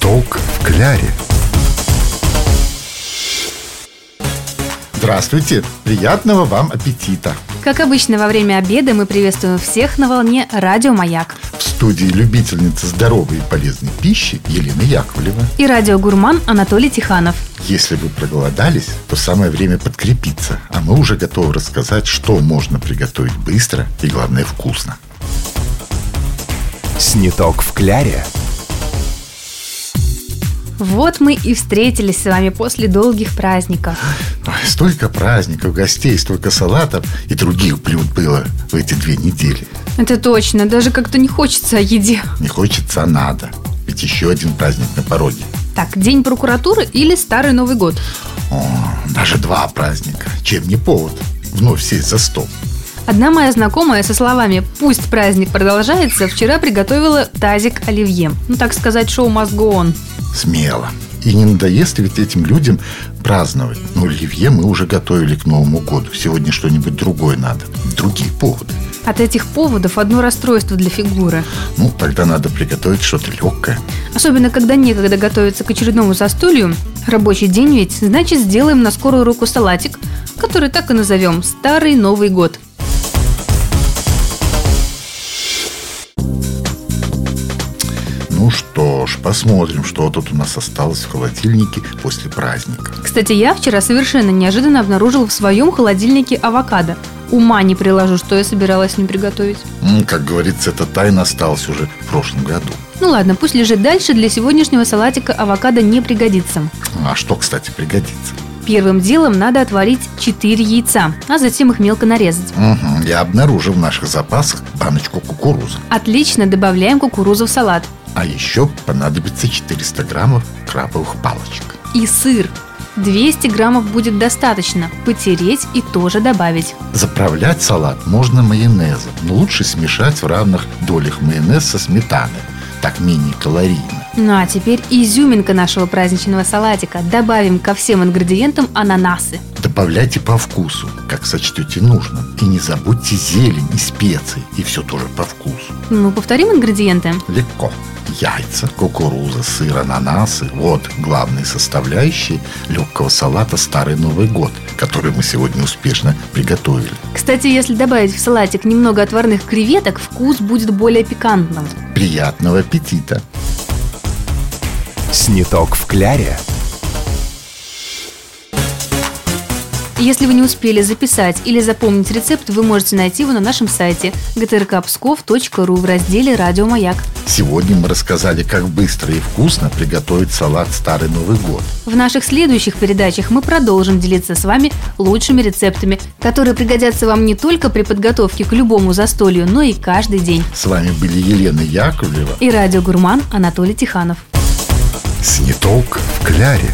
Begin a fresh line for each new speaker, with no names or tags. Толк в кляре. Здравствуйте! Приятного вам аппетита!
Как обычно, во время обеда мы приветствуем всех на волне «Радио Маяк»
В студии любительница здоровой и полезной пищи Елена Яковлева.
и радиогурман Анатолий Тиханов.
Если вы проголодались, то самое время подкрепиться, а мы уже готовы рассказать, что можно приготовить быстро и, главное, вкусно.
Сниток в кляре.
Вот мы и встретились с вами после долгих праздников.
Ой, столько праздников, гостей, столько салатов и других блюд было в эти две недели.
Это точно, даже как-то не хочется о еде.
Не хочется, а надо. Ведь еще один праздник на пороге.
Так, День прокуратуры или Старый Новый год?
О, даже два праздника. Чем не повод вновь сесть за стол.
Одна моя знакомая со словами «пусть праздник продолжается» вчера приготовила тазик оливье. Ну, так сказать, шоу must go on.
Смело. И не надоест ведь этим людям праздновать. Но оливье мы уже готовили к Новому году. Сегодня что-нибудь другое надо. Другие поводы.
От этих поводов одно расстройство для фигуры.
Ну, тогда надо приготовить что-то легкое.
Особенно, когда некогда готовиться к очередному застолью. Рабочий день ведь, значит, сделаем на скорую руку салатик, который так и назовем «Старый Новый год».
Ну что ж, посмотрим, что тут у нас осталось в холодильнике после праздника.
Кстати, я вчера совершенно неожиданно обнаружила в своем холодильнике авокадо. Ума не приложу, что я собиралась с ним приготовить.
М, Как говорится, эта тайна осталась уже в прошлом году.
Ну ладно, пусть лежит дальше, для сегодняшнего салатика авокадо не пригодится.
А что, кстати, пригодится?
Первым делом надо отварить 4 яйца, а затем их мелко нарезать.
Мгм, Я обнаружил в наших запасах баночку кукурузы.
Отлично, добавляем кукурузу в салат.
А еще понадобится 400 граммов крабовых палочек.
И сыр. 200 граммов будет достаточно. Потереть и тоже добавить.
Заправлять салат можно майонезом, но лучше смешать в равных долях майонез со сметаной. Так менее калорийно.
Ну а теперь изюминка нашего праздничного салатика. Добавим ко всем ингредиентам ананасы.
Добавляйте по вкусу, как сочтете нужным. И не забудьте зелень и специи, и все тоже по вкусу.
Ну, повторим ингредиенты.
Легко. Яйца, кукуруза, сыр, ананасы – вот главные составляющие легкого салата «Старый Новый год», который мы сегодня успешно приготовили.
Кстати, если добавить в салатик немного отварных креветок, вкус будет более пикантным.
Приятного аппетита!
Сниток в кляре.
Если вы не успели записать или запомнить рецепт, вы можете найти его на нашем сайте gtrkpskov.ru в разделе «Радио Маяк».
Сегодня мы рассказали, как быстро и вкусно приготовить салат «Старый Новый год».
В наших следующих передачах мы продолжим делиться с вами лучшими рецептами, которые пригодятся вам не только при подготовке к любому застолью, но и каждый день.
С вами были Елена Яковлева.
И радиогурман Анатолий Тиханов.
Сниток в кляре.